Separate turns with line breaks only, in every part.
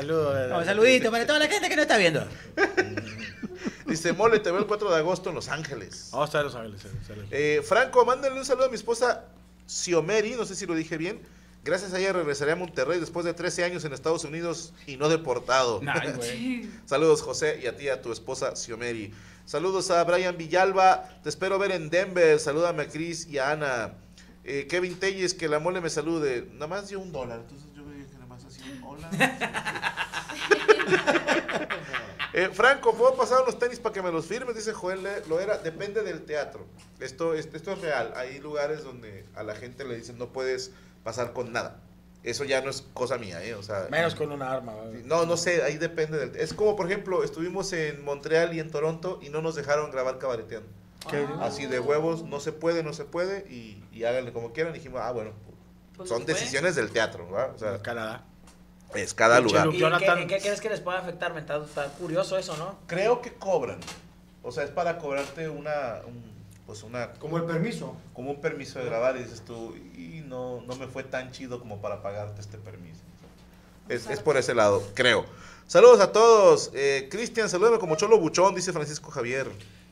Saludos.
Un saludito para toda la gente que no está viendo.
Dice, mole, te veo el 4 de agosto en Los Ángeles.
Vamos a estar en Los Ángeles. en Los Ángeles.
Eh, Franco, mándale un saludo a mi esposa Xiomeri, no sé si lo dije bien. Gracias a ella regresaré a Monterrey después de 13 años en Estados Unidos y no deportado.
Ay, güey.
Saludos, José, y a ti, a tu esposa Xiomeri. Saludos a Brian Villalba, te espero ver en Denver. Salúdame a Cris y a Ana. Eh, Kevin Telles, que la mole me salude. Nada más dio un dólar, entonces yo veía que nada más hacía un hola. Eh, Franco, ¿puedo pasar los tenis para que me los firmes? Dice Joel Le- Loera. Depende del teatro. Esto, es- esto es real. Hay lugares donde a la gente le dicen no puedes pasar con nada. Eso ya no es cosa mía, ¿eh? O sea,
Menos con una arma. güey.
no, no sé, ahí depende del... Es como, por ejemplo, estuvimos en Montreal y en Toronto y no nos dejaron grabar cabareteando. Ah.
¿Qué?
Así de huevos, no se puede, no se puede y, y háganle como quieran. dijimos, ah, bueno,
Pues
son
no fue.
decisiones del teatro, ¿verdad? O sea,
Canadá.
es cada lugar.
Chelo.
¿Y
Jonathan-
¿qué, en qué crees que les puede afectar? Me está, está curioso eso, ¿no?
Creo que cobran. O sea, es para cobrarte una... un- pues una...
Como el permiso.
Como un permiso de grabar y dices tú, y no, no me fue tan chido como para pagarte este permiso. Es, es por ese lado, creo. Saludos a todos. Eh, Cristian, salúdame como Cholo Buchón, dice Francisco Javier.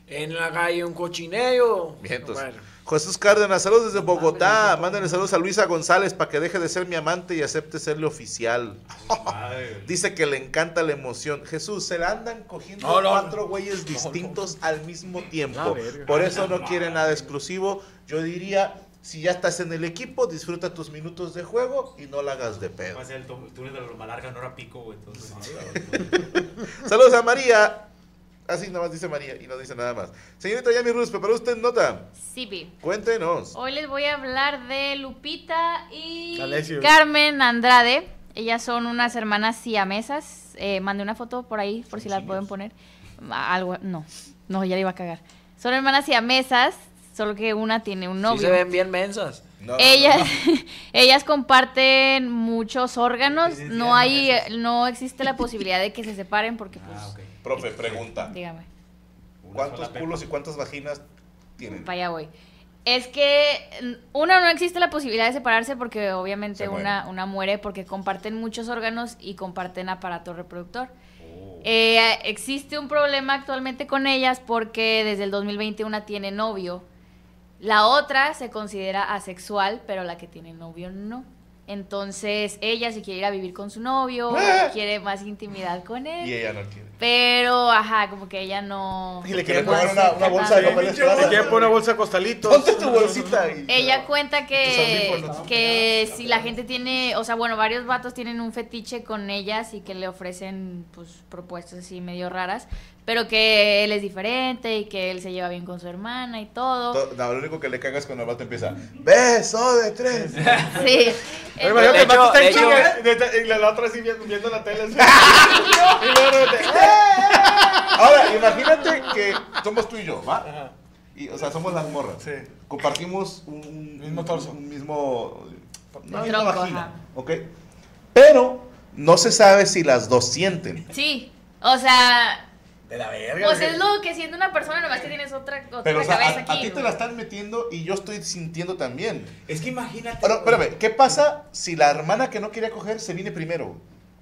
En la calle un cochinero.
Vientos.
Bueno,
Jesús Cárdenas, saludos desde Bogotá. Mándale saludos a Luisa González para que deje de ser mi amante y acepte serle oficial. Dice que le encanta la emoción. Jesús, se la andan cogiendo
No, no,
cuatro güeyes distintos al mismo
La
tiempo.
verga.
Por eso no quiere nada exclusivo. Yo diría, si ya estás en el equipo, disfruta tus minutos de juego y no la hagas de pedo.
Va a ser el tu- el túnel de la Loma Larga, no era pico, güey. Entonces,
Saludos a María. Así nada más dice María y no dice nada más. Señorita Yami Ruz, ¿preparó usted nota?
Sí, vi.
Cuéntenos.
Hoy les voy a hablar de Lupita y
Alessio.
Carmen Andrade. Ellas son unas hermanas siamesas. Eh, mandé una foto por ahí, por si la pueden poner. Ah, Algo, no, no, ya le iba a cagar. Son hermanas siamesas, solo que una tiene un
sí
novio.
se ven bien mensas.
No, Ah, no,
Ellas, ellas comparten muchos órganos. No hay, no existe la posibilidad de que se separen porque, pues,
ah, ok.
no. Profe, pregunta.
dígame.
Una
¿Cuántos
sola pepa.
culos y cuántas vaginas tienen?
Para allá voy. Es que, mm, uno, no existe la posibilidad de separarse porque obviamente
Se muere.
una, una muere porque comparten muchos órganos y comparten aparato reproductor.
Oh.
Eh, existe un problema actualmente con ellas porque desde el 2020 una tiene novio. La otra se considera asexual, pero la que tiene novio no. Entonces ella se quiere ir a vivir con su novio,
Ah.
quiere más intimidad con
Y
él.
ella no quiere.
Pero, ajá, como que ella no...
Y le
Que le
quieren
no
pongan una,
acepta
una bolsa de
tanto.
papel
Te
estrada.
quieren poner una bolsa de costalitos.
Ponte tu bolsita y-
Ella cuenta
Tus
que,
audífonos.
que si la gente tiene, o sea, bueno, varios vatos tienen un fetiche con ellas y que le ofrecen pues propuestas así medio raras, pero que él es diferente y que él se lleva bien con su hermana y todo.
To- No, lo único que le cagas cuando el vato empieza. Beso de tres.
Sí.
Oye, Mario,
De
que el vato está
hecho-
en
de hecho-
chinga.
Y la, la otra así viendo, viendo la tele. así. Y luego de- "Eh, Ahora, imagínate que somos tú y yo, ¿va? Y, o sea, somos las morras.
Sí.
Compartimos un, un-
Mismo torso.
Un mismo. Una
Un
misma
tronco,
vagina.
ajá.
¿Ok? Pero no se sabe si las dos sienten.
Sí. O sea,
De la verga.
pues
güey.
es lo que siendo una persona, nomás que tienes otra, otra
Pero, o sea,
cabeza
a, a
aquí.
ti te
güey.
la están metiendo y yo estoy sintiendo también.
Es que imagínate.
Pero,
güey.
Ah, espérame, ¿qué pasa si la hermana que no quería coger se viene primero?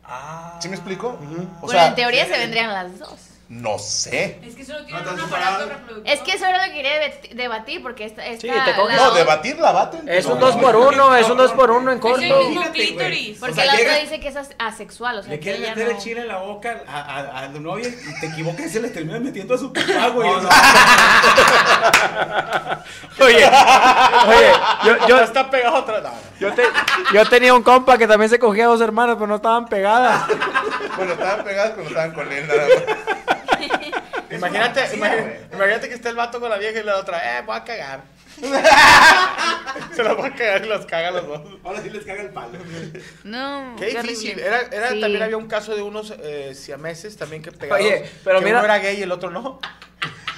Ah.
¿Sí me explico? O
Bueno,
sea,
en teoría se vendrían las dos.
no sé.
Es que solo tienen
No,
un
estás
aparato
separado.
reproductor.
Es que eso era lo que quería debati- debatir, porque esta, esta
Sí, te coges-
la
No,
otra-
debatir la baten.
Es un
No,
2 por 1 es un 2 por 1 en
Es el
corto.
mismo
Imagínate, güey.
clítoris.
Porque
O sea,
la otra
llega-
dice que es as- asexual, o sea,
Le
que
quieren
ella
meter
no-
el chile en la boca a, a, a tu novia y te equivocas y se les termina metiendo a su papá, güey.
No, no.
Oye, oye, yo, yo,
Ah, Está pegado atrás. No.
yo, te- yo tenía un compa que también se cogía a dos hermanas, pero no estaban pegadas.
Bueno, estaban pegadas cuando estaban con él, nada más.
Imagínate,
Sí,
imagínate,
güey.
imagínate que está el vato con la vieja y la otra, eh, voy a cagar. Se la voy a cagar y los caga los dos.
Ahora sí les caga el palo. güey.
No,
Qué difícil.
horrible.
Era, era,
Sí.
También había un caso de unos eh, siameses también que pegaban.
Oye, pero
que
mira-
Uno era gay y el otro no.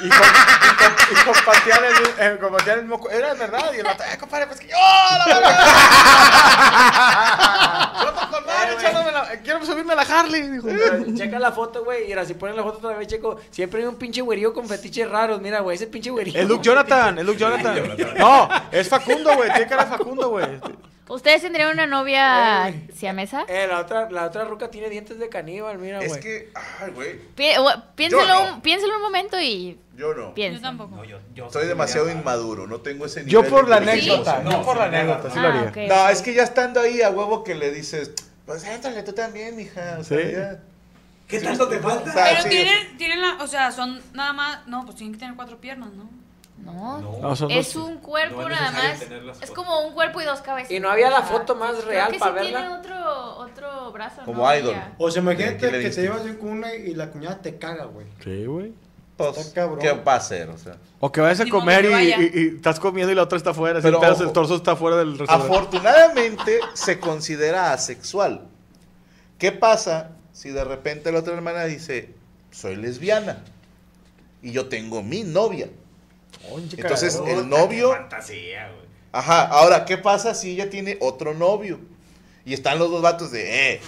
Y, com- y com- y compartían, el, eh, compartían el moco. Era verdad. Y el vato, eh, compadre, pues que. ¡Oh, la verga! Yo con madre, echándome la- eh, Quiero subirme a la Harley. Dijo.
Pero Checa la foto, güey. Y ahora si ponen la foto otra vez, checo. Siempre hay un pinche güerillo con fetiches raros. Mira, güey, ese pinche güerillo.
Es Luke Jonathan, es Luke Jonathan. No, es Facundo, güey. Tiene cara de Facundo, güey.
¿Ustedes tendrían una novia siamesa?
Eh, la otra, la otra ruca tiene dientes de caníbal, mira, güey.
Es que, ay, güey,
Pi- o- piénselo,
Yo no.
un, piénselo un momento y
yo no.
Yo
piensa.
tampoco.
No, yo, yo
Soy demasiado inmaduro, no tengo ese nivel.
Yo por
de
la
inteligencia
anécdota,
no,
yo por la
sí, claro,
anécdota, sí
no.
lo
Ah,
haría.
ok.
emocional. No, es que ya estando ahí a huevo que le dices, pues éntrale tú también, mija. O sea,
Sí.
ya.
¿Qué tanto te falta?
sea,
Pero
sí.
tienen, tienen la, o sea, son nada más, no, pues tienen que tener cuatro piernas, ¿no?
No.
No, son
Es
dos-
un cuerpo
No es
nada
necesario
más.
tener las
Es
fotos.
como un cuerpo y dos cabezas.
Y no había la
O sea,
foto más
creo
real
que
para
sí Tiene
verla.
otro, otro brazo.
Como
¿no?
idol.
Mira.
O sea,
¿Qué
imagínate
le
que
diste?
te llevas bien con una y la cuñada te caga, güey.
Sí, güey.
Pues,
Está cabrón.
¿qué va a hacer? O sea,
O que vayas a
Ni modo
comer
que
y,
vaya.
y- y estás comiendo y la otra está afuera. así,
Pero
el pedazo
ojo.
del torso está fuera del restaurante.
afortunadamente se considera asexual. ¿Qué pasa si de repente la otra hermana dice, soy lesbiana y yo tengo mi novia? Entonces, el novio.
Fantasía, güey.
Ajá, ahora, ¿qué pasa si ella tiene otro novio? Y están los dos vatos de, eh,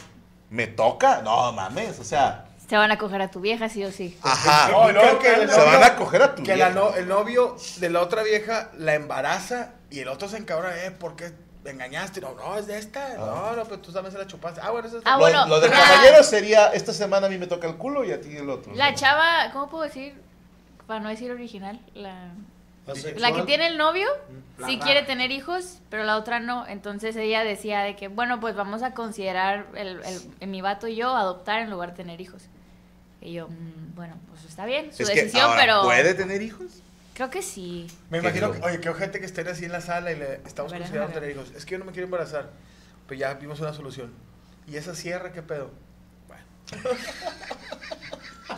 ¿me toca? No mames, o sea,
Se van a coger a tu vieja, sí o sí.
Ah.
ajá.
No, no, que el
se van
novio-
a coger a tu
Que la
vieja.
no- el novio de la otra vieja la embaraza y el otro se encabrona, eh, ¿por qué te engañaste? No, no, es de
Ah.
esta. No, no, pero tú también se la chupaste. Ah, bueno, eso es.
Ah,
Lo,
bueno,
lo del
la-
caballero sería, esta semana a mí me toca el culo y a ti el otro.
La
¿no?
chava, ¿cómo puedo decir? Para no decir original. La, la que tiene el novio
La
sí
rara.
quiere tener hijos, pero la otra no. Entonces ella decía de que, bueno, pues vamos a considerar el, el- mi vato y yo adoptar en lugar de tener hijos. Y yo, mm, bueno, pues está bien, su
Es que,
decisión,
ahora,
pero
¿Puede tener hijos?
creo que sí.
Me
Qué
imagino, que,
loco.
oye, qué ojete que estén así en la sala y le estamos
A ver,
considerando
a ver.
tener hijos. Es que yo no me quiero embarazar. Pues ya vimos una solución. ¿Y esa sierra qué pedo? Eh,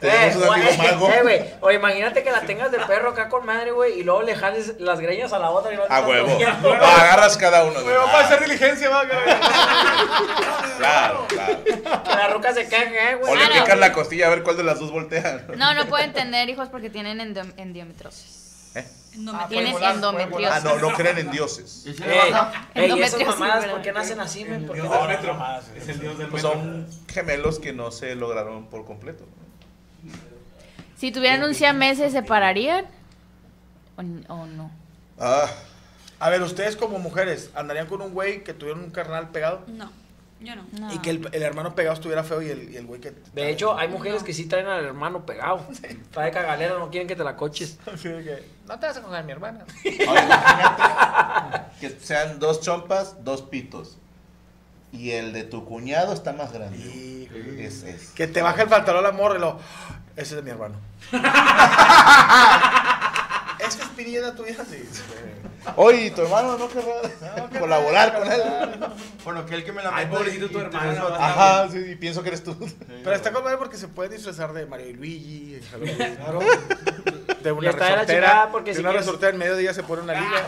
Tenemos un amigo mago.
Eh, güey. O imagínate que la tengas de perro acá con madre, güey, y luego le jales las greñas a la otra. Y no te
A
estás
huevo.
comiendo.
Va, agarras cada uno. Ah,
Me va a hacer diligencia, va.
Claro, claro.
Que la ruca se caga, eh, güey.
O le
Claro.
pican la costilla a ver cuál de las dos voltea.
No, no pueden tener hijos porque tienen endo- endometriosis.
No
Ah,
me
puede
Tienes
volar, puede
endometriosis.
Ah, no, no creen en dioses.
¿Y si
Ey, ey, Eh, y esas
Endometriosis,
mamadas,
¿verdad?
¿por qué nacen así, men? ¿Por qué
Dios del metro. Es el dios del
Pues
metro.
son gemelos que no se lograron por completo.
Si tuvieran un siamés, ¿se separarían? ¿O, n- o no?
Ah,
A ver, ustedes como mujeres, ¿andarían con un güey que tuviera un carnal pegado?
No, yo no.
No.
Y que el, el hermano pegado estuviera feo y el, y el güey que...
De hecho, hay mujeres que sí traen al hermano pegado. Trae cagalera, no quieren que te la coches.
Así de que,
No te vas a coger a mi hermana.
ahora imagínate que sean dos chompas, dos pitos. Y el de tu cuñado está más grande.
"Hijo".
Es, es.
Que te baja el pantalón la morra y lo... Ese es de mi hermano. Esa es pirilla tuya, sí.
Oye, tu hermano no querrá colaborar con él.
Bueno, que el que me la
Ay,
meta
pobrecito
y-
tu
y te
hermana,
beso a ti.
va.
Ajá, sí, y pienso que eres tú.
Pero está con madre porque se pueden disfrazar de Mario y Luigi, de Halloween, de
Y
una
está de la
resortera,
chingada porque
de
si
una
quieres- Ah.
resortera en mediodía se pone una liga.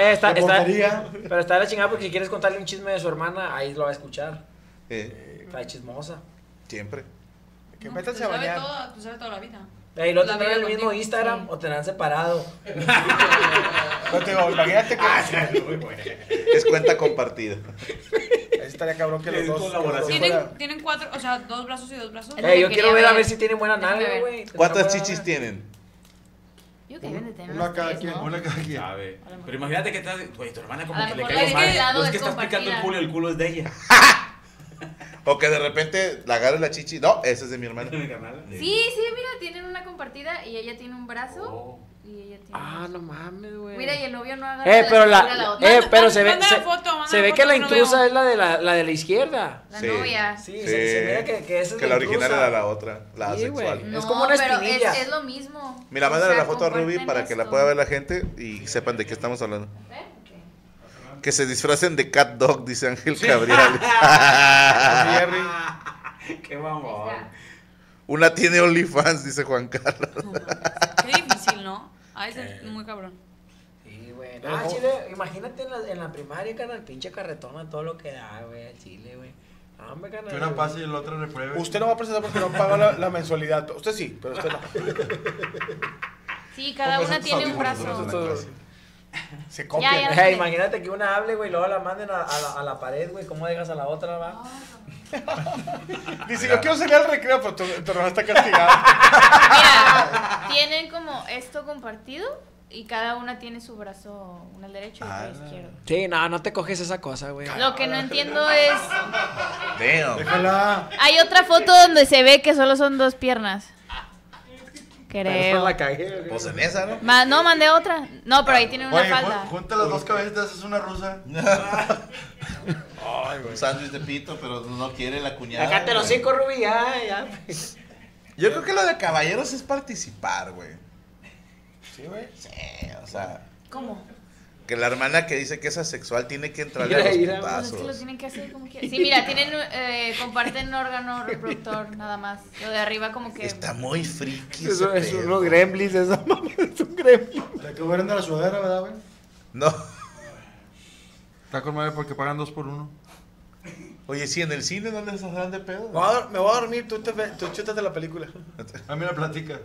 Eh, está,
De
está,
portería.
pero está de la chingada porque si quieres contarle un chisme de su hermana, ahí lo va a escuchar.
Eh,
Está chismosa.
siempre.
Que
No,
métanse
pues
a
te sabe
bañar.
todo- te sabe toda la vida.
Eh, Y lo
La
tendrán
vida
en el mismo
contigo.
Instagram
Sí.
o tendrán separado.
Pero te digo, imagínate que...
Es cuenta compartida.
Estaría cabrón que los
Es
dos... que los dos
colaboración.
fuera-
Tienen, tienen cuatro, o sea, dos brazos y dos brazos.
Es lo
Eh,
que
yo quiero
quería
ver a
ver.
ver si tiene buena
Déjame
nalga,
ver.
güey. Tendrá
¿Cuántas
buena
chichis
nalga.
tienen?
Yo que deben de tener
Una
unas
cada
tres,
quien,
¿no?
una cada quien.
Sabe. Pero imagínate que estás. Oye, tu hermana como
A lo
que le
mejor
cae
la
mal.
de este
lado
No es que
es
estás picando el
compartida.
culo, el culo es de ella.
O que de repente la agarres la chichi. No, esa es de mi hermana.
Mi carnal.
Sí, sí, mira, tienen una compartida y ella tiene un brazo
Oh.
y ella tiene.
Ah, no mames, güey.
Mira, y el novio no agarra.
Eh,
la
pero la,
cintura a la otra.
eh,
Manda-
pero
manda-
se ve,
manda
se,
la foto, manda
se
la
ve
foto
que la
que no
intrusa
veo.
es la de la, la de la izquierda.
La
Sí.
novia.
Sí, Se, se mira que, que esa es
Que la original
intrusa.
era la otra, la
Sí, güey.
asexual.
No,
Es como una
pero
espinilla.
Es, es lo mismo.
Mira,
O
mándale
sea,
la foto a Ruby
comparten
para que la
esto.
pueda ver la gente y sepan de qué estamos hablando.
¿Eh? Ok.
Que se disfracen de cat dog, dice Ángel Gabriel.
Así, Jerry.
Qué mamón.
Ahí está.
Una tiene OnlyFans, dice Juan Carlos.
Qué difícil, ¿no? Ah, ese es muy cabrón.
Sí, güey. Ah, chile, imagínate en la, en la primaria, canal, pinche carretona, todo lo que da, güey, al chile, güey. Ah, Hombre, canal.
Que una
güey.
pase y la otra repruebe.
Usted no va a presentar porque no paga la, la mensualidad. Usted sí, pero usted no.
Sí, cada
Pues
una tiene un brazo.
Se
Ya, ya.
copia.
Eh, imagínate que una hable, güey, y luego la manden a, a la, a la pared, güey. ¿Cómo dejas a la otra, va?
Dice, yo quiero salir al recreo, pero tu, tu hermano está castigado.
Mira, tienen como esto compartido y cada una tiene su brazo, una al derecho y otra al
Ah.
izquierdo.
Sí, no, no te coges esa cosa, güey.
Lo que no entiendo es.
Déjala.
Hay otra foto donde se ve que solo son dos piernas. Creo.
La cagué, güey.
Pues en esa, ¿no?
Ma- no, mandé otra. No, pero ahí tiene una
Oye,
falda.
jun- junta las dos cabezas, es una rusa.
Un sándwich de pito, pero no quiere la cuñada.
Acá te los
güey.
cinco, Rubí, ya, ya. pues.
Yo creo que lo de caballeros es participar, güey. ¿Sí, güey? Sí, o sea.
¿Cómo?
Que la hermana que dice que es asexual tiene que entrarle
Mira,
a los
mira,
Pues es que lo
putazos.
tienen que hacer como quieran. Sí, mira, tienen, eh, comparten órgano reproductor, nada más. Lo de arriba como que...
Está muy friki.
Eso
ese
es
pedo.
unos gremlins, esa mamá es un gremlin.
La que hubieran de la sudadera, ¿verdad, güey?
No.
Está con madre porque pagan dos por uno.
Oye, sí, en el cine no les harán de pedo.
Me voy a, dor- me voy a dormir, tú, te, ve- tú chútate la película.
A mí me platica.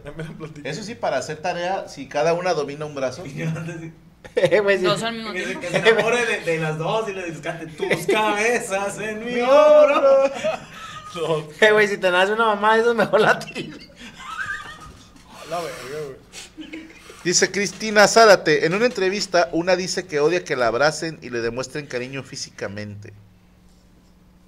Eso sí, para hacer tarea, si cada una domina un brazo.
Y yo antes de-
Eh, güey, sí.
Dos al mismo
Que se,
tiempo.
que se enamore de, de las dos y le descante tus cabezas en mi oro.
Eh, güey, si te nace una mamá, eso es mejor la tira.
Dice Cristina Zárate, en una entrevista, una dice que odia que la abracen y le demuestren cariño físicamente.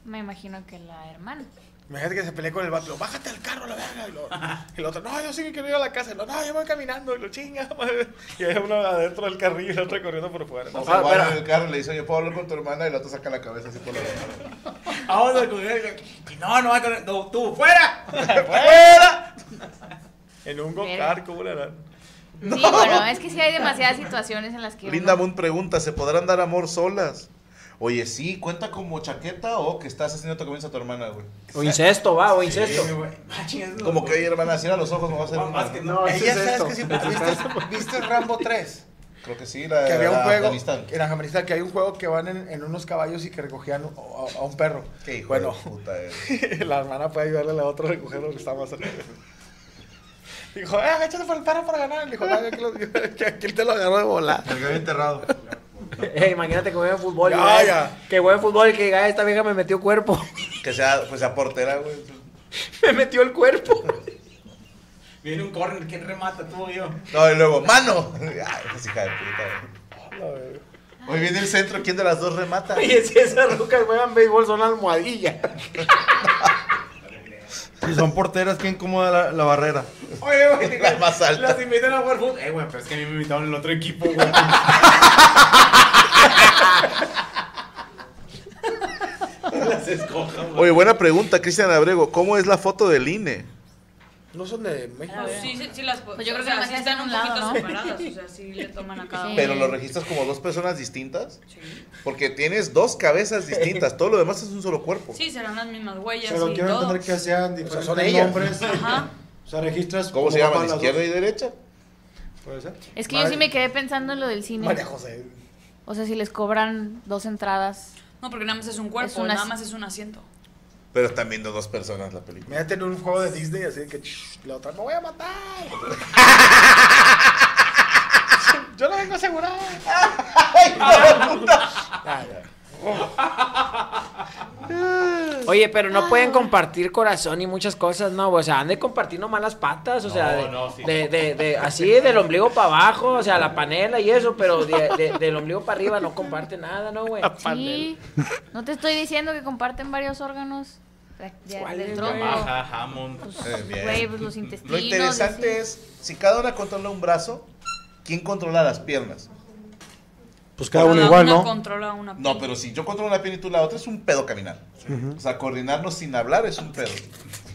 Me imagino que la hermana.
Pues
Imagínate que se pelea con el vato, bájate al carro, la verga. Y, lo- y el otro, no, yo sí que quiero ir a la casa. Y lo, no, yo voy caminando. Y lo chinga. madre. Y hay uno adentro del carril y el otro corriendo por fuera.
No, se
Ah,
guarda
espera.
en el carro y le dice, yo puedo hablar con tu hermana y la otra saca la cabeza así por la ventana.
Vamos a coger. y No, no va a coger. No, tú, fuera.
¡Eh! En un go-kart, ¿cómo le harán?
Sí, bueno, es que sí hay demasiadas situaciones en las que...
Linda
uno-
Moon pregunta, ¿se podrán dar amor solas? Oye, sí, cuenta como chaqueta o que estás haciendo tu camisa a tu hermana, güey.
O incesto, va, o
Sí,
incesto.
güey. Ah, chingas, no,
Como que, oye,
güey.
hermana, cierra los ojos, me va a hacer
Más- más
un-
que no.
Ella
Ella
sabes que si viste, viste Rambo 3,
Creo que sí, la
que había un
la
juego
Eh, Afganistán.
en Afganistán, que hay un juego que van en, en unos caballos y que recogían a, a- a un perro.
Qué hijo
bueno,
de puta eh. eres.
la hermana puede ayudarle a la otra a recoger lo que está más cerca. Dijo, eh, agáchate por el perro para ganar. Le dijo, no, yo aquí, lo- yo aquí te lo agarro de volar.
El gallo enterrado.
Eh, imagínate que juegue fútbol.
Ya,
y vaya-
ya.
Que juegue fútbol y que diga, "Ah, esta vieja me metió cuerpo.
Que sea, pues, sea portera, güey.
me metió el cuerpo.
Viene un corner. ¿Quién remata? Tú o yo.
No, y luego, ¡mano! Ay, pues, hija de puta, güey. Hoy viene el centro, ¿quién de las dos remata?
Oye, si esas rucas juegan béisbol, son almohadilla.
Si son porteras, ¿quién incomoda la, la barrera?
Oye, güey.
La más alta.
Las invitan a jugar fútbol. Eh, güey, pero es que a mí me invitaron el otro equipo, güey. las escojan, güey.
Oye, buena pregunta, Cristian Abrego. ¿Cómo es la foto del INE?
No son de México.
Ah,
Pues sí, sí, sí las puedo.
Pues yo creo que
o sea,
nomás
sí
se
están
hacen
un
un lado,
poquito
¿no?
separadas, o sea, sí le toman a cada
Sí.
uno.
Pero lo registras como dos personas distintas.
Sí.
Porque tienes dos cabezas distintas. Todo lo demás es un solo cuerpo.
Sí, serán las mismas huellas
Pero
y
quiero
todo.
entender que sean diferentes
son ellas.
nombres.
Ajá.
O sea, registras.
¿Cómo se
como
llaman?
van las
¿Izquierda y derecha?
dos. Puede ser.
Es que yo sí me quedé pensando en lo del cine.
María José.
O sea, si les cobran dos entradas.
No, porque nada más es un cuerpo,
Es un
nada
asi-
más es un asiento.
Pero están viendo dos personas la película.
Mira, tener un juego de Disney así de que "Shh, la otra me voy a matar. Yo la vengo a asegurar. Ah, ya.
Oye, pero no pueden compartir corazón y muchas cosas, ¿no? O sea, han de compartir nomás las patas, o sea, de, de, de- de- así del ombligo para abajo, o sea, la panela y eso, pero de- de- del ombligo para arriba no comparte nada, ¿no, güey?
Sí. No te estoy diciendo que comparten varios órganos. De, de-
¿Cuáles,
del
güey?
tronco.
Baja, jamón.
Pues,
Eh, bien.
güey, pues los intestinos.
Lo interesante es, si cada una controla un brazo, ¿quién controla las piernas?
Pues cada uno
Cada
igual,
una
¿no?
controla una
No, pero si yo controlo una pierna y tú la otra, es un pedo caminar. O sea, coordinarnos sin hablar es un pedo.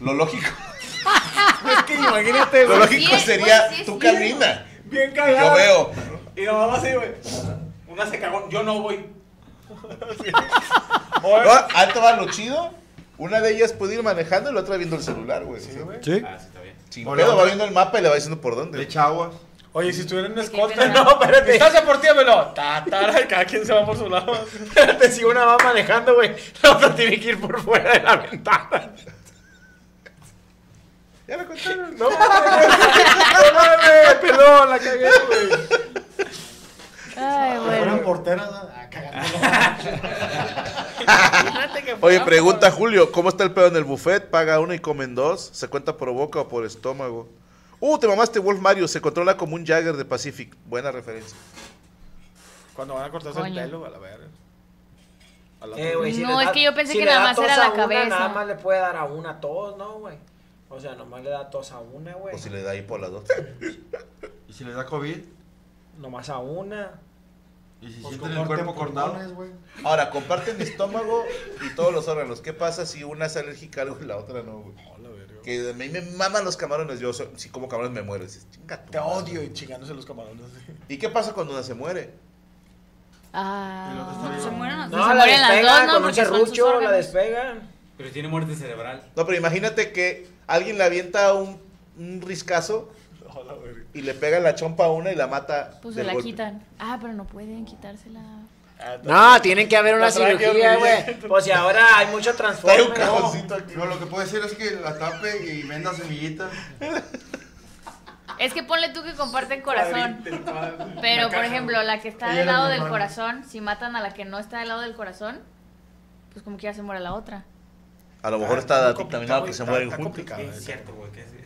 Lo lógico,
Imagínate,
lo lógico
Pues es,
sería,
güey, sí es
tú
cierto.
camina,
Bien cagado.
yo veo.
Y la mamá así, güey. Una se cagó. Yo no voy.
No, ahí te va lo chido. Una de ellas puede ir manejando y la otra viendo el celular, güey. O sea,
Sí.
Ah, sí, está bien.
Sin
O
pedo,
la
va
otra-
viendo el mapa y le va diciendo por dónde.
Echa agua.
Oye, si estuviera en una
Sí,
escolta.
pero- No,
espérate. Distancia por ti, velo. Ta, ta, y cada quien se va por su lado.
Espérate, si una va manejando, güey, la otra tiene que ir por fuera de la ventana.
Ya lo contaron.
No mames, no mames, perdón, la cagué, güey.
Ay,
Fueran
bueno.
porteras. Ah, cagando.
Oye, pregunta Julio, ¿cómo está el pedo en el buffet? ¿Paga uno y comen dos? ¿Se cuenta por boca o por estómago? Uh, te mamaste Wolf Mario, se controla como un Jagger de Pacific. Buena referencia.
Cuando van a cortarse el
Coño.
pelo, a la verga. A la
Eh, güey, si
No,
le da-
es que yo pensé
si
que
le
nada
da
más
tos
era
a
la
una,
cabeza.
Nada más le puede dar a una tos, ¿no, güey? O sea, nomás le da tos a una, güey.
O si le da hipo a las dos.
¿Y si le da COVID?
Nomás a una.
¿Y si
Pues
sienten el
comparten
cuerpo cortado?
pulmones, güey.
Ahora, comparten estómago y todos los órganos. ¿Qué pasa si una es alérgica a algo y la otra no, güey? Que a mí me maman los camarones. Yo, so- si como camarones, me muero. Dices, "Chinga tu
Te
madre".
odio y chingándose los camarones.
¿Y qué pasa cuando una se muere?
Ah,
Se mueren las
No,
dos.
se
la
mueren las
despegan
dos, ¿no?
con un
Porque son sus
serrucho, la
órganos.
despegan.
Pero tiene muerte cerebral.
No, pero imagínate que alguien le avienta un, un riscazo y le pega en la chompa a una y la mata.
Pues se
del
la
golpe.
quitan. Ah, pero no pueden quitársela.
No, tienen que haber una
La tráquea
cirugía,
horrible.
güey.
Pues si ahora hay mucho
Trae un
transforme, ¿no?
cajoncito aquí.
No, lo que puede ser es que la tape y venda semillita.
Es que ponle tú que comparten corazón. Pero, por ejemplo, la que está
Ella
del
era
lado
mi
del
hermana.
corazón, si matan a la que no está del lado del corazón, pues como quiera se muere la otra.
A lo mejor Ah, está dictaminado que se mueren juntos.
Es cierto, güey, que es, es-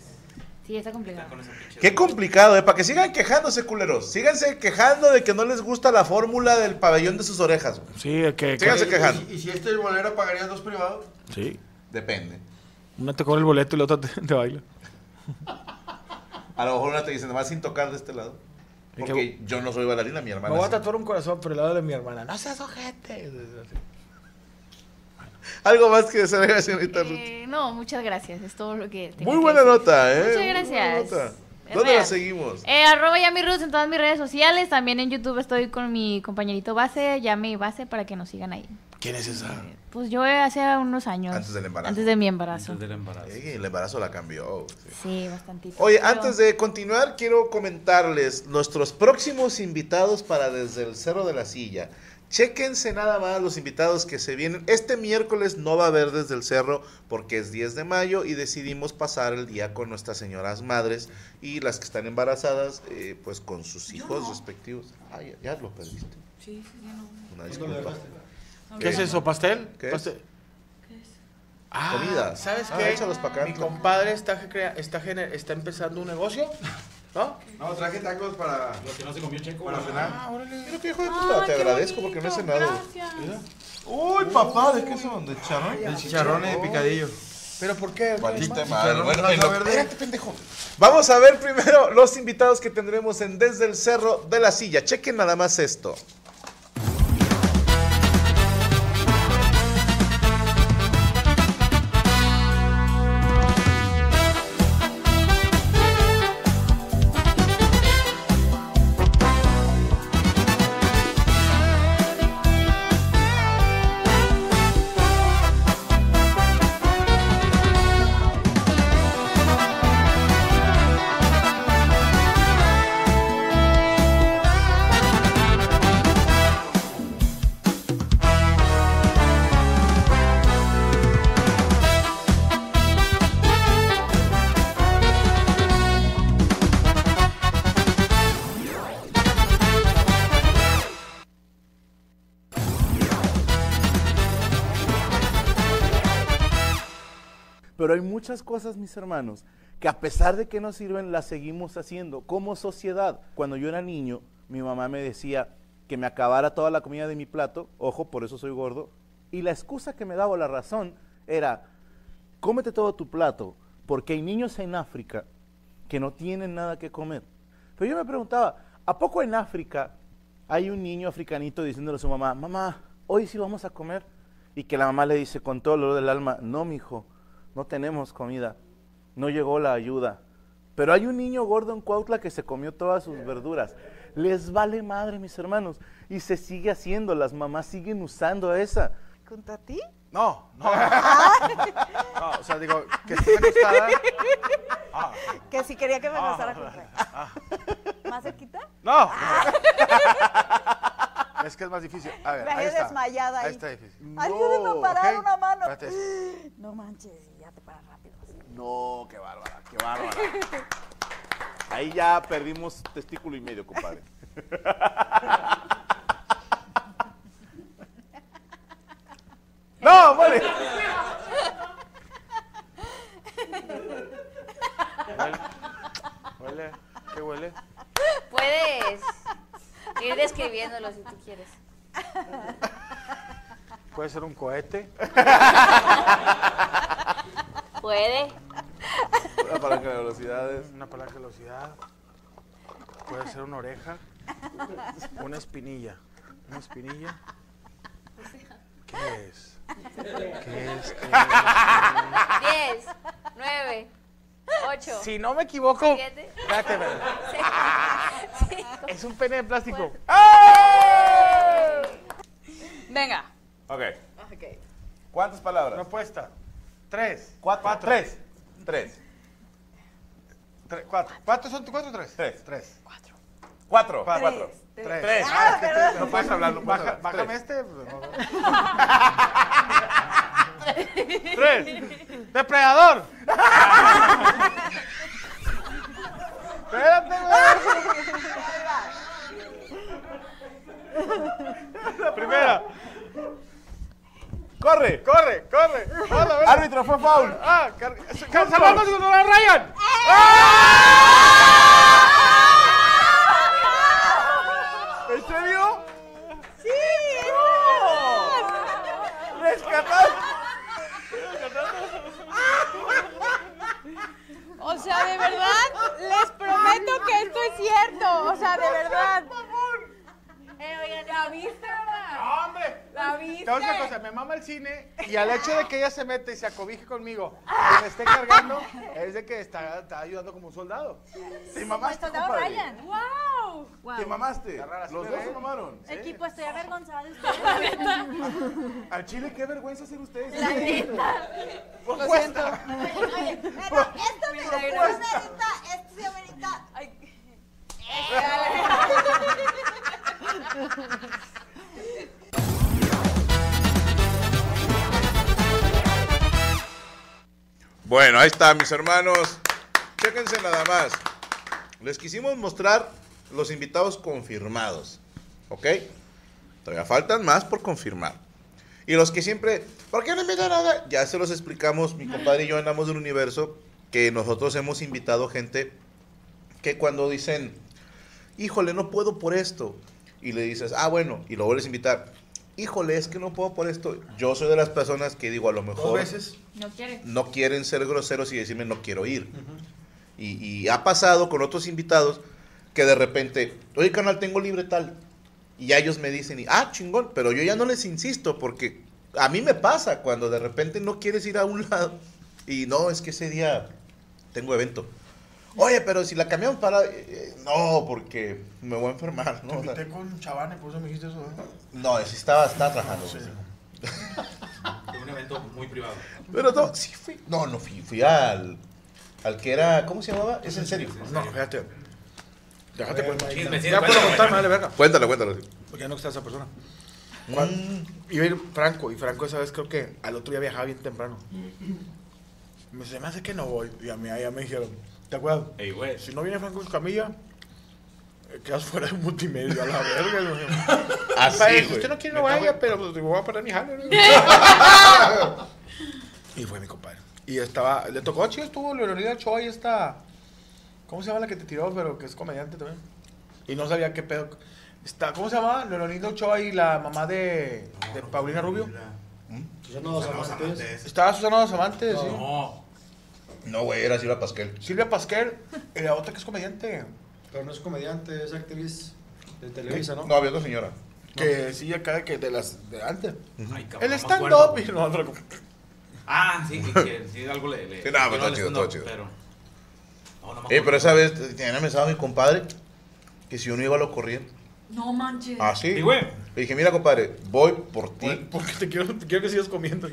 Sí, está
está
complicado.
con esa pinche.
Qué complicado, ¿eh? Para que sigan quejándose, culeros. Síganse quejando de que no les gusta la fórmula del pabellón de sus orejas. güey.
Sí, que.
Síganse quejando.
¿Y, y si este bolero pagaría dos privados?
Sí.
Depende.
Una te cobra el boleto y la otra te, te baila.
A lo mejor una te dice, nomás sin tocar de este lado.
¿Y qué-
Porque yo no soy bailarina, mi
Me
hermana.
voy a
sí.
tatuar un corazón por el lado de mi hermana. No seas ojete.
Algo más que desear, señorita Ruth.
Eh, no, muchas gracias. Es todo lo que tengo
Muy
que
buena
decir.
nota, ¿eh?
Muchas
Muy buena
gracias.
nota.
Es
¿Dónde la
real.
seguimos?
Eh, arroba Yami Roots en todas mis redes sociales. También en YouTube estoy con mi compañerito Base, Yami Base, para que nos sigan ahí.
¿Quién es esa?
Pues yo eh, hace unos años.
Antes del embarazo.
Antes de mi embarazo.
Antes del embarazo.
Ey, el embarazo la cambió. sí.
Sí, bastantito.
Oye,
Pero-
antes de continuar, quiero comentarles nuestros próximos invitados para Desde el Cerro de la Silla. Chéquense nada más los invitados que se vienen. Este miércoles no va a haber Desde el Cerro porque es 10 de mayo y decidimos pasar el día con nuestras señoras madres y las que están embarazadas, eh, pues con sus
Yo
hijos
no.
respectivos. Ah, ya, ya lo perdiste.
Sí, sí, ya no.
Una disculpa.
¿Qué es eso? ¿Pastel?
¿Qué es?
¿Pastel?
¿Qué es?
Ah,
Comida.
¿Sabes
Ah,
qué?
échalos pa' acá.
Mi compadre está, crea- está, gener- está empezando un negocio, ¿no?
No, traje tacos para,
Lo que no se comió Checo.
para
güey.
cenar.
Mira qué hijo de puta, te agradezco porque no he cenado.
Uy, papá, ¿de qué son? ¿De chicharrón? De chicharrón y de picadillo.
¿Pero por qué?
Maldita madre.
Chicharrón,
Bueno,
salsa
en lo-
verde.
Espérate, pendejo. Vamos a ver primero los invitados que tendremos en Desde el Cerro de la Silla. Chequen nada más esto.
Pero hay muchas cosas, mis hermanos, que a pesar de que no sirven, las seguimos haciendo como sociedad. Cuando yo era niño, mi mamá me decía que me acabara toda la comida de mi plato, ojo, por eso soy gordo, y la excusa que me daba o la razón era, cómete todo tu plato, porque hay niños en África que no tienen nada que comer. Pero yo me preguntaba, ¿a poco en África hay un niño africanito diciéndole a su mamá, mamá, hoy sí vamos a comer? Y que la mamá le dice con todo el dolor del alma, no, mijo, no tenemos comida, no llegó la ayuda. Pero hay un niño gordo en Cuautla que se comió todas sus verduras. Les vale madre, mis hermanos, y se sigue haciendo, las mamás siguen usando esa.
¿Contra ti?
No, no. No, o sea, digo, que esté gustada.
Que si quería que me casara contra. ¿Más cerquita?
No. Es que es más difícil. A ver,
Me
ahí
dejé
está.
desmayada ahí.
Ahí está difícil.
Ayúdenme a
No,
parar
ok.
una mano.
Espérate.
No manches, y ya te paras rápido. así.
No, qué bárbara, qué bárbara. Ahí ya perdimos testículo y medio, compadre. ¡No, mole!
escribiéndolo si tú quieres.
Puede ser un cohete.
Puede.
Una palanca de velocidades.
Una palanca de velocidad. Puede ser una oreja. Una espinilla. Una espinilla. ¿Qué es? ¿Qué es? ¿Qué es?
10, 9, 8.
Si no me equivoco.
Siete.
Espérate, espérate. Es un pene de plástico.
Venga.
Ok.
Ok.
¿Cuántas palabras?
Una apuesta. Tres.
Cuatro. Tres. Tres.
Tre- cuatro. ¿Cuántos son? ¿Cuatro o tres? Tres. Tres.
Cuatro.
Cuatro.
Cuatro.
Tres.
Tres.
Ah, es que
perdón.
te-
No puedes hablar, no puedes
Baja-
hablar.
Bájame
Tres.
este. Tres. Depredador. Espérate, güey. Primera.
Corre.
Corre, corre. Hola, hola.
Árbitro, fue foul.
Ah, car- car- salvamos con la Ryan.
¡Ah! ¿En serio?
¡Sí! O sea, de verdad, les prometo que esto es cierto. O sea, de verdad.
Eh,
¿La viste,
No, hombre.
¿La
Te
viste?
voy a decir una cosa, me mama el cine y al hecho de que ella se mete y se acobije conmigo y me esté cargando, es de que está, está ayudando como un soldado.
Te mamaste, compadre.
¡Wow!
Te mamaste. Los dos se mamaron.
Equipo, estoy avergonzada de ustedes.
Al chile, qué vergüenza ser ustedes.
La neta.
Propuesta.
Oye, pero esto me esto
Milagro.
amerita, esto se amerita. Ay.
Bueno, ahí está, mis hermanos. Chéquense nada más. Les quisimos mostrar los invitados confirmados. ¿Ok? Todavía faltan más por confirmar. Y los que siempre, ¿por qué no invitan nada? Ya se los explicamos, mi compadre y yo andamos del universo, que nosotros hemos invitado gente que cuando dicen, híjole, no puedo por esto, y le dices, ah, bueno, y lo vuelves a invitar, híjole, es que no puedo por esto. Yo soy de las personas que digo, a lo mejor
veces.
No quiere.
no quieren ser groseros y decirme no quiero ir. y, y ha pasado con otros invitados que de repente, oye, canal, tengo libre tal. Y ya ellos me dicen, y, ah, chingón, pero yo ya no les insisto porque a mí me pasa cuando de repente no quieres ir a un lado y no, es que ese día tengo evento. Oye, pero si la cambiamos para... eh, eh, no, porque me voy a enfermar, ¿no? O sea,
con chavane, por eso me dijiste eso. ¿eh?
no, sí estaba, estaba trabajando.
un evento muy privado.
Pero no, sí fui. No, no fui, fui al. Al que era. ¿Cómo se llamaba? Es en serio. No, fíjate. Déjate cuenta.
Chisme, sí,
Ya puedo
cuéntalo,
contar,
cuéntalo.
vale, verga.
Cuéntalo, cuéntalo.
Porque ya no está esa persona.
¿Cuál?
Iba a ir Franco, y Franco esa vez creo que al otro día viajaba bien temprano. Me dice, me hace que no voy. Y a mí allá me dijeron, ¿te acuerdas?
Ey, güey.
Si no viene Franco Escamilla, eh, quedas fuera de multimedia, a la verga. le dije.
Así,
Padre,
Ah, güey.
si usted no quiere no
Neta,
vaya,
güey.
pero pues, digo, voy a parar mi jale. ¿no? y fue mi compadre. Y estaba, le tocó, chido estuvo Leonida Ochoa y esta, ¿cómo se llama la que te tiró? Pero que es comediante también. Y no sabía qué pedo. Está, ¿Cómo se llama? Leonida Ochoa y la mamá de, de Paulina Rubio.
¿Mm?
Susana Dos Amantes.
Estaba Susana Dos Amantes, Este sí.
No.
No, güey, era Silva Pasquel.
Silvia Pasquel, y la otra que es comediante.
Pero no es comediante, es actriz de Televisa, ¿no?
¿Eh? No, había otra señora.
Que sí, acá de que de las de antes.
Ay, cabrón,
El
no me
stand-up
acuerdo.
y no, otro.
Ah, sí, que, que sí, algo le. le
Sí, no, pero
le-
está
le-
chido,
no,
está chido.
Pero. No, no me
Eh, pero
acuerdo.
esa vez eh, tenía amenazado a mi compadre que si uno iba a lo corriente.
No manches.
Ah, sí.
Sí, güey.
Le dije, mira, compadre, voy por ti.
Porque te quiero, te quiero que sigas comiendo.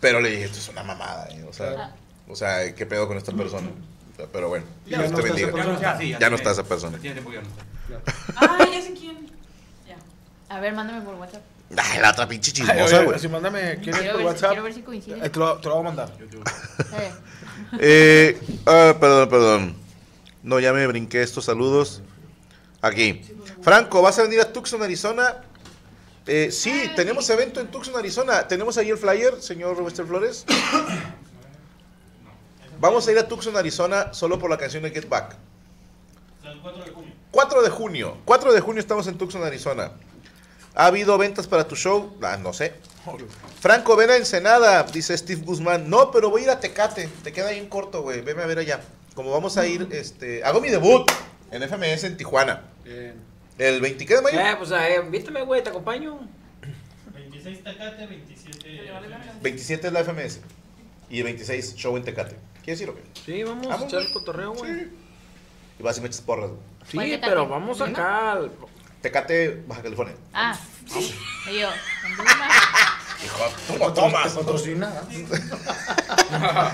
Pero le dije, esto es una mamada, eh, O
Ah.
sea, o sea, ¿qué pedo con esta persona? O sea, Pero bueno,
Ya
Dios
no
te
está esa
bendiga.
persona.
Ya no está, sí, ya
Ya no
sé.
está esa persona.
Tiene tiempo que ya no está.
Ay, ya sé quién. Ya.
A ver, mándame por WhatsApp.
Ay, la otra pinche
Ay,
chismosa,
oye,
güey.
Si mándame,
Quiero
¿quieres por
ver, si,
WhatsApp?
quiero ver si coincide.
Eh, te, lo, te lo voy a mandar.
Eh,
Eh, ah, perdón, perdón. No, ya me brinqué estos saludos. Aquí. Franco, ¿vas a venir a Tucson, Arizona? Eh, sí, tenemos evento en Tucson, Arizona. Tenemos ahí el flyer, señor Roberto Flores. Vamos a ir a Tucson, Arizona, solo por la canción de Get Back. 4 de junio. 4 de junio. 4 de junio estamos en Tucson, Arizona. ¿Ha habido ventas para tu show? Ah, no sé. Franco, ven a Ensenada, dice Steve Guzmán. No, pero voy a ir a Tecate. Te queda bien corto, güey. Veme a ver allá. Como vamos a ir, este. Hago mi debut en FMS en Tijuana. Bien. El 20 ¿qué de mayo.
Eh, pues eh, invítame, güey, te acompaño.
26 Tecate, 27.
27 es la FMS. Y el 26, show en Tecate. ¿Quieres ir o qué?
Sí, vamos, a echar el cotorreo, güey. Sí.
Y vas y me echas porras, güey.
Sí, pero vamos acá. al-
Tecate, Baja California.
Ah, sí. Y yo,
Hijo, tú no tomas.
Patrocina.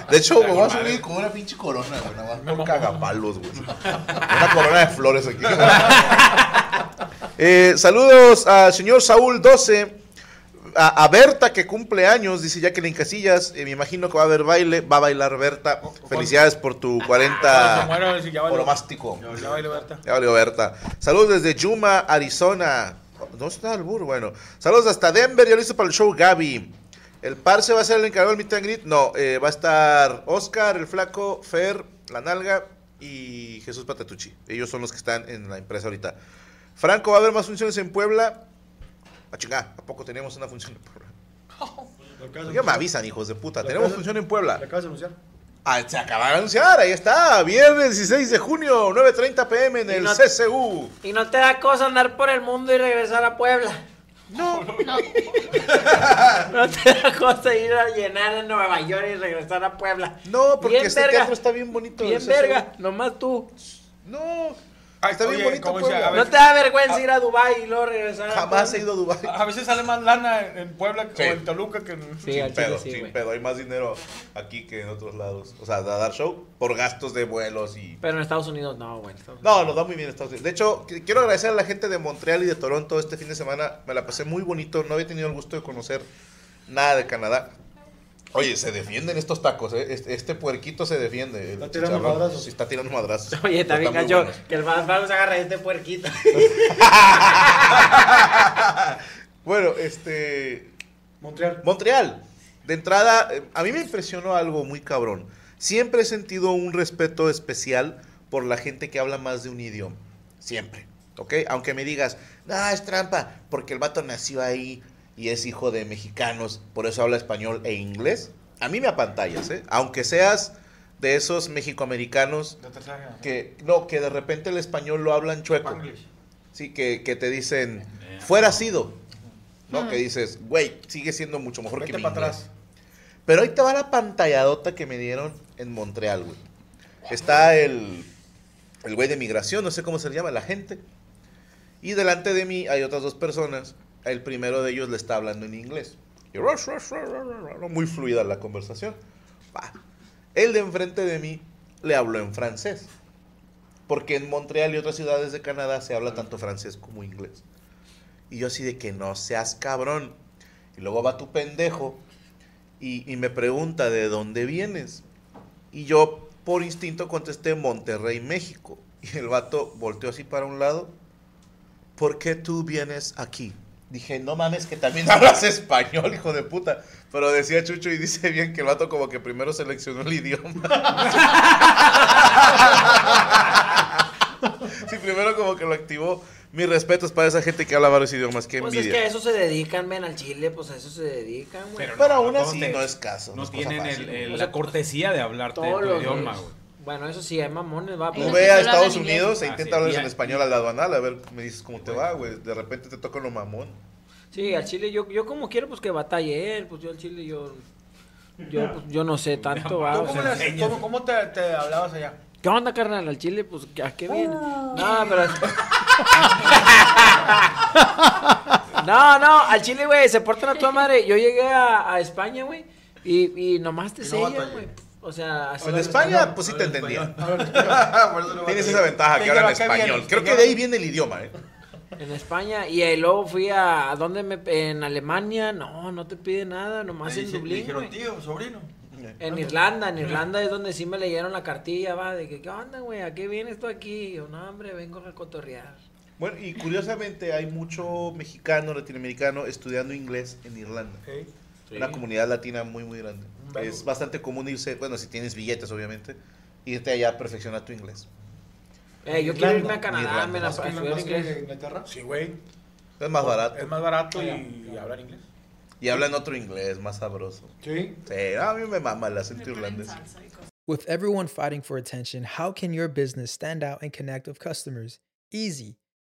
De hecho, me voy a
Madre.
subir con una pinche corona, güey. Nada más con cagapalos, güey. Una corona de flores aquí. Eh, saludos al señor Saúl 12. A, a Berta que cumple años, dice Jacqueline Casillas. Eh, me imagino que va a haber baile. Va a bailar Berta.
Oh,
Felicidades por tu 40
Bueno, sí, ya valió.
oromástico.
Ya bailó Berta.
Ya valió Berta. Saludos desde Yuma, Arizona. ¿Dónde está el burro? Bueno. Saludos hasta Denver. Ya listo para el show Gaby. ¿El parce va a ser el encargado del meet and greet? No, eh, va a estar Oscar, el flaco, Fer, la nalga y Jesús Patatucci. Ellos son los que están en la empresa ahorita. Franco, ¿va a haber más funciones en Puebla? A chingar, ¿a poco tenemos una función en Puebla? ¿Por qué me avisan, hijos de puta? Tenemos función en Puebla.
acabas de anunciar?
Ah, se acaba de anunciar, ahí está, viernes 16 de junio, 9.30 pm en
Y
el
no-
CCU.
Y no te da cosa andar por el mundo y regresar a Puebla.
No,
no.
No te da cosa ir a llenar en Nueva York y regresar a Puebla.
No, porque
bien
este
verga.
teatro está bien bonito. el
Bien
CCU.
verga, nomás tú.
No. está bien
oye,
bonito
¿cómo dice?
Puebla.
A ver,
No te da vergüenza ir a Dubai y luego regresar a
Jamás he ido a Dubái.
A veces sale más
Ah,
lana en- en Puebla
Sí.
o en Toluca que en...
Sí, al
sin
chile
pedo,
sí,
sin
güey.
pedo. Hay más dinero aquí que en otros lados. O sea, a dar show por gastos de vuelos y...
Pero en Estados Unidos no, güey. en Estados
No, nos da muy bien Estados Unidos. De hecho, qu- quiero agradecer a la gente de Montreal y de Toronto este fin de semana. Me la pasé muy bonito. No había tenido el gusto de conocer nada de Canadá. Oye, se defienden estos tacos, ¿eh? Este, este puerquito se defiende. Está
tirando madrazos.
Sí, está tirando madrazos.
Oye, está bien
muy
gacho
bueno.
que el más malo se agarre este puerquito.
Bueno, este. Montreal. Montreal. De entrada, eh, a mí me impresionó algo muy cabrón. Siempre he sentido un respeto especial por la gente que habla más de un idioma. Siempre. ¿Ok? Aunque me digas, no, es trampa, porque el vato nació ahí y es hijo de mexicanos, por eso habla español e inglés. A mí me apantallas, ¿eh? Aunque seas de esos mexicoamericanos que, no, que de repente el español lo hablan chueco. Sí, que, que te dicen, fuera sido. ¿No?
Mm.
Que dices, güey, sigue siendo mucho mejor
Vete
que mi
pa'
inglés".
atrás.
Pero ahí te va la pantalladota que me dieron en Montreal, güey. Está el, el güey de migración, no sé cómo se le llama, la gente. Y delante de mí hay otras dos personas. El primero de ellos le está hablando en inglés. Y rush, rush, rush, rush, rush, rush, muy fluida la conversación. Pa. El de enfrente de mí le habló en francés. Porque en Montreal y otras ciudades de Canadá se habla tanto francés como inglés. Y yo así de que no seas cabrón. Y luego va tu pendejo y, y me pregunta de dónde vienes. Y yo por instinto contesté Monterrey, México. Y el vato volteó así para un lado. ¿Por qué tú vienes aquí? Dije, no mames, que también hablas español, hijo de puta. Pero decía Chucho y dice bien que el vato como que primero seleccionó el idioma. sí, primero como que lo activó. Mis respetos para esa gente que habla varios idiomas. Qué
Pues
envidia.
es que a eso se dedican, ven, al Chile, pues a eso se dedican, güey.
Pero no, Pero aún no así te- no es caso, no no es cosa tienen fácil. el- el- la
cortesía de hablarte
todos
tu
los
idioma,
días.
güey.
Bueno, eso sí, hay mamones, va.
Tú
pero-
ve a Estados Unidos e
Ah, sí.
intenta hablarles
Y
en
a-
español al aduanal, a ver, me dices cómo te va, güey. De repente te toca lo mamón.
Sí, al Chile yo, yo como quiero, pues que batalle él, pues yo al Chile yo... Yo, pues, yo no sé tanto, va. o
¿Tú cómo,
sea,
las- cómo- cómo te, te hablabas allá?
¿Qué onda, carnal? Al Chile, pues, ¿a qué viene? No, pero... no, no, al Chile, güey, se portan a toda madre. Yo llegué a, a España, güey, y, y nomás te
Y no
sellan,
batallé.
güey. O sea... así-
En España, pues sí te entendía. Tienes esa ventaja que hablan español. Creo que de ahí viene el idioma, ¿eh?
En España, y eh, luego fui a... ¿a ¿Dónde me...? En Alemania, no, no te pide nada, nomás
Le
en
dije- le
Dublín,
dijeron
güey.
tío, sobrino.
En Irlanda, en Irlanda es donde sí me leyeron la cartilla, va, de que, ¿qué onda, güey? ¿A qué vienes tú aquí? Y Yo, no, hombre, vengo a cotorrear.
Bueno, y curiosamente hay mucho mexicano, latinoamericano estudiando inglés en Irlanda. Una comunidad latina muy, muy grande.
Vale.
Es bastante común irse, bueno, si tienes billetes, obviamente, irte allá a perfeccionar tu inglés.
Eh, yo quiero irme a Canadá,
Irlanda.
me la
¿Más que-
estudiar
más que
inglés.
Inglaterra?
Sí, güey. Ah, Es más barato.
Es más barato y, y hablan inglés.
Y hablan otro inglés más sabroso.
Sí.
Sí, a mí me mama el acento irlandés.
With everyone fighting for attention, how can your business stand out and connect with customers? Easy.